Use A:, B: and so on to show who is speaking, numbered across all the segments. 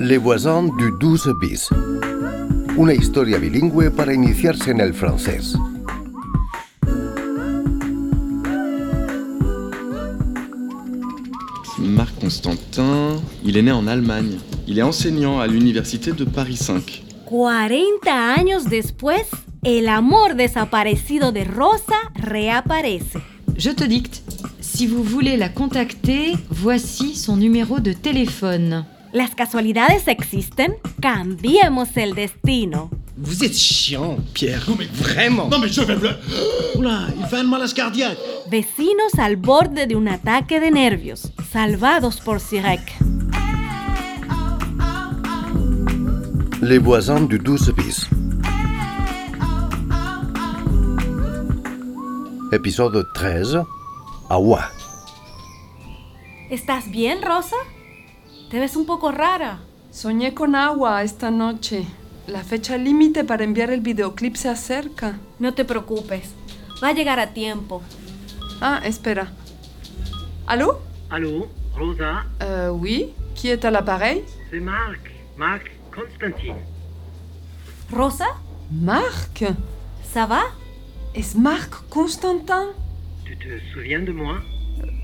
A: Les voisins du 12 bis. Una historia bilingüe para iniciarse en el francés.
B: Marc Constantin, il est né en Allemagne. Il est enseignant à l'université de Paris 5.
C: 40 años después, el amor desaparecido de Rosa reaparece.
D: Je te dicte. Si vous voulez la contacter, voici son numéro de téléphone.
C: Las casualidades existen. Cambiemos el destino.
E: Vous êtes chiant, Pierre. Non mais vraiment.
F: Non mais je vais me... Oula, il fait un malaise cardiaque.
C: Vecinos al borde de un ataque de nervios, salvados por Sirek.
A: Les voisins du 12 bis. Épisode 13. Agua.
C: ¿Estás bien, Rosa? Te ves un poco rara.
G: Soñé con agua esta noche. La fecha límite para enviar el videoclip se acerca.
C: No te preocupes. Va a llegar a tiempo.
G: Ah, espera. Allô
H: Allô, Rosa,
G: Euh, oui Qui est à l'appareil
H: c'est Marc. Marc Constantin.
C: Rosa,
G: Marc
C: ¿ça va?
G: Est-ce Marc Constantin
H: Tu te souviens de moi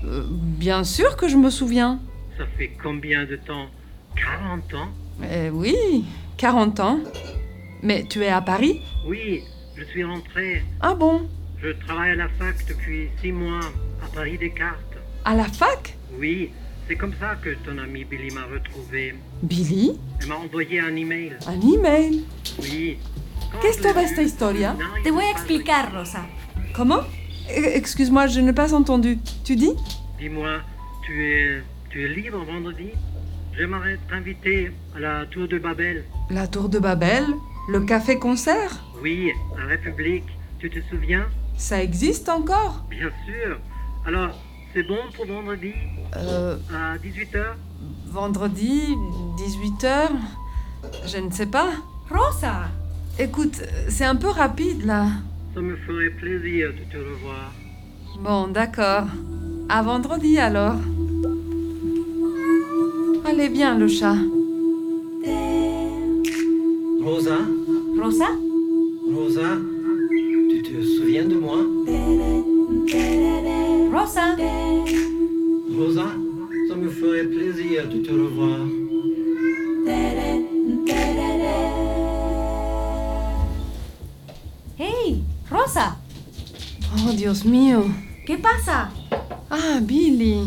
G: Euh, Bien sûr que je me souviens.
H: Ça fait combien de temps 40 ans
G: Eh oui, 40 ans. Mais tu es à Paris
H: Oui, je suis rentré.
G: Ah bon
H: Je travaille à la fac depuis 6 mois, à Paris Descartes.
G: À la fac
H: Oui, c'est comme ça que ton ami Billy m'a retrouvé.
G: Billy
H: Elle m'a envoyé un email.
G: Un email.
H: Oui. Quand
G: Qu'est-ce
H: je
G: que
H: l'ai
G: c'est cette
H: vu,
G: histoire
H: non, il
C: hein? Te voy a
H: m'a parlé.
C: explicar, Rosa.
G: Comment Eh, Excuse-moi, je n'ai pas entendu. Tu dis
H: Dis-moi, tu es, tu es libre vendredi J'aimerais t'inviter à la tour de Babel.
G: La tour de Babel Le café-concert
H: Oui, la République. Tu te souviens
G: Ça existe encore
H: Bien sûr. Alors, c'est bon pour vendredi
G: Euh,
H: à 18h
G: vendredi, 18h Je ne sais pas.
C: Rosa,
G: Écoute, c'est un peu rapide là.
H: Ça me ferait plaisir de te revoir.
G: Bon, d'accord. À vendredi alors. Allez bien le chat.
I: Rosa,
C: Rosa,
I: Rosa, tu te souviens de moi
C: Rosa.
I: Rosa, ça me ferait plaisir de te revoir.
C: Hey, Rosa,
G: Oh Dios mío.
C: ¿qué pasa?
G: Ah, Billy.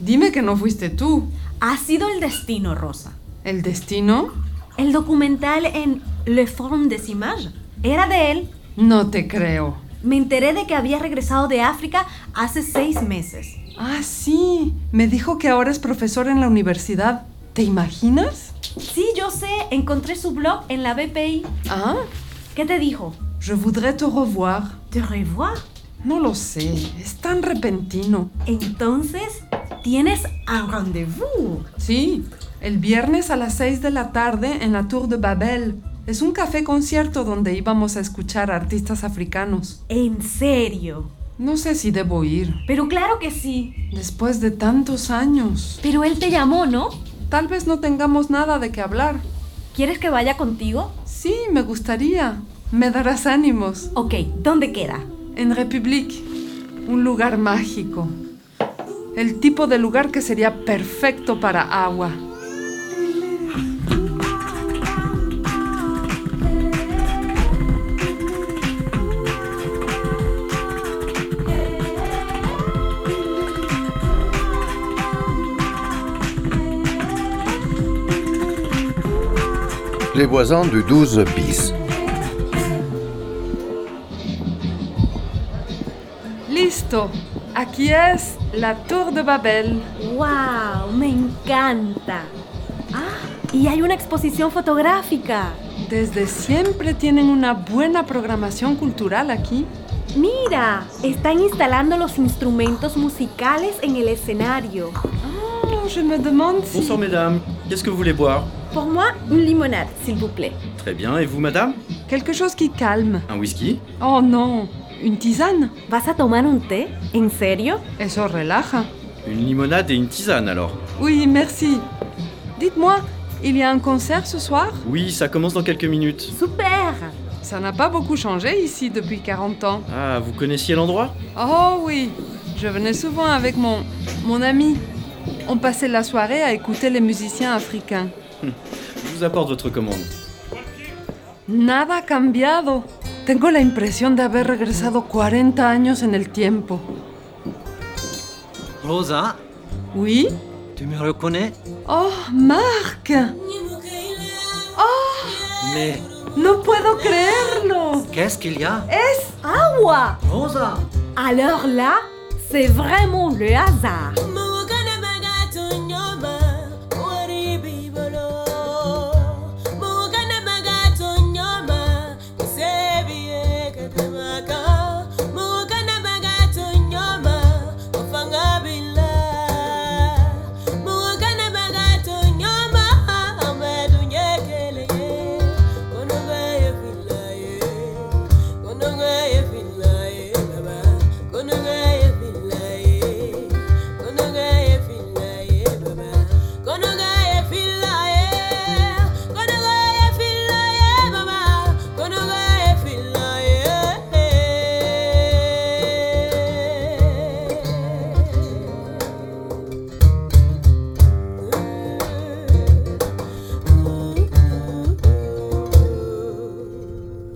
G: Dime que no fuiste tú.
C: Ha sido el destino, Rosa.
G: ¿El destino?
C: El documental en Le Forum des Images era de él.
G: No te creo.
C: Me enteré de que había regresado de África hace seis meses.
G: Ah, sí. Me dijo que ahora es profesor en la universidad. ¿Te imaginas?
C: Sí, yo sé, encontré su blog en la BPI.
G: Ah,
C: ¿Qué te dijo?
G: je voudrais te revoir.
C: Te revoir.
G: No lo sé. Es tan repentino.
C: Entonces, tienes un rendezvous.
G: Sí, el viernes a las 6 de la tarde en la Tour de Babel. Es un café concierto donde íbamos a escuchar artistas africanos.
C: En serio.
G: No sé si debo ir.
C: Pero claro que sí.
G: Después de tantos años,
C: Pero él te llamó, ¿no?
G: tal vez no tengamos nada de qué hablar.
C: ¿Quieres que vaya contigo?
G: Sí, me gustaría. Me darás ánimos.
C: Ok, ¿dónde queda?
G: En République, un lugar mágico. El tipo de lugar que sería perfecto para agua.
A: Les voisins du 12 bis.
G: Listo. Aquí es la Tour de Babel.
C: ¡Wow! Me encanta. Ah, y hay una exposición fotográfica.
G: Desde siempre tienen una buena programación cultural aquí.
C: Mira, están instalando los instrumentos musicales en el escenario.
G: Oh, je me demande si...
I: Bonsoir mesdames, qu'est-ce que vous voulez boire
C: Pour moi, une limonade, s'il vous plaît.
I: Très bien, et vous madame
G: Quelque chose qui calme.
I: Un whisky
G: Oh no, une tisane.
C: ¿Vas a tomar un té? ¿En serio?
G: Eso relaja.
I: Une limonade et une tisane alors.
G: Oui, merci. Dites-moi, Il y a un concert ce soir
J: Oui, ça commence dans quelques minutes.
C: Super
G: Ça n'a pas beaucoup changé ici depuis 40 ans.
J: Ah, vous connaissiez l'endroit
G: Oh oui, je venais souvent avec mon, mon ami. On passait la soirée à écouter les musiciens africains.
J: Je vous apporte votre commande.
G: Nada ha cambiado. Tengo la impresión de haber regresado 40 años en el tiempo.
I: Rosa,
G: Oui
I: tu me reconnais
G: Oh, Marc
I: Mais
G: No puedo creerlo.
I: qu'est-ce qu'il y a
G: Es
C: Agua.
I: Rosa
C: Alors là, c'est vraiment le hasard.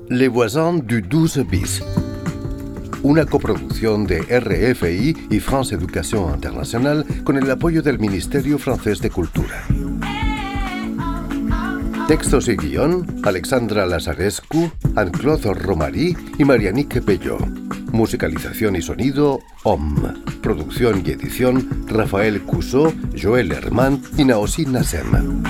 A: Les Voisins du 12 bis. Una coproducción de RFI y France Education International con el apoyo del Ministerio Francés de Cultura. Textos y guión, Alexandra Lazarescu, Anne-Claude Romary y Marianique Pello. Musicalización y sonido, OM. Producción y edición, Rafael Cusó, Joel Herman y Naosin Nassem.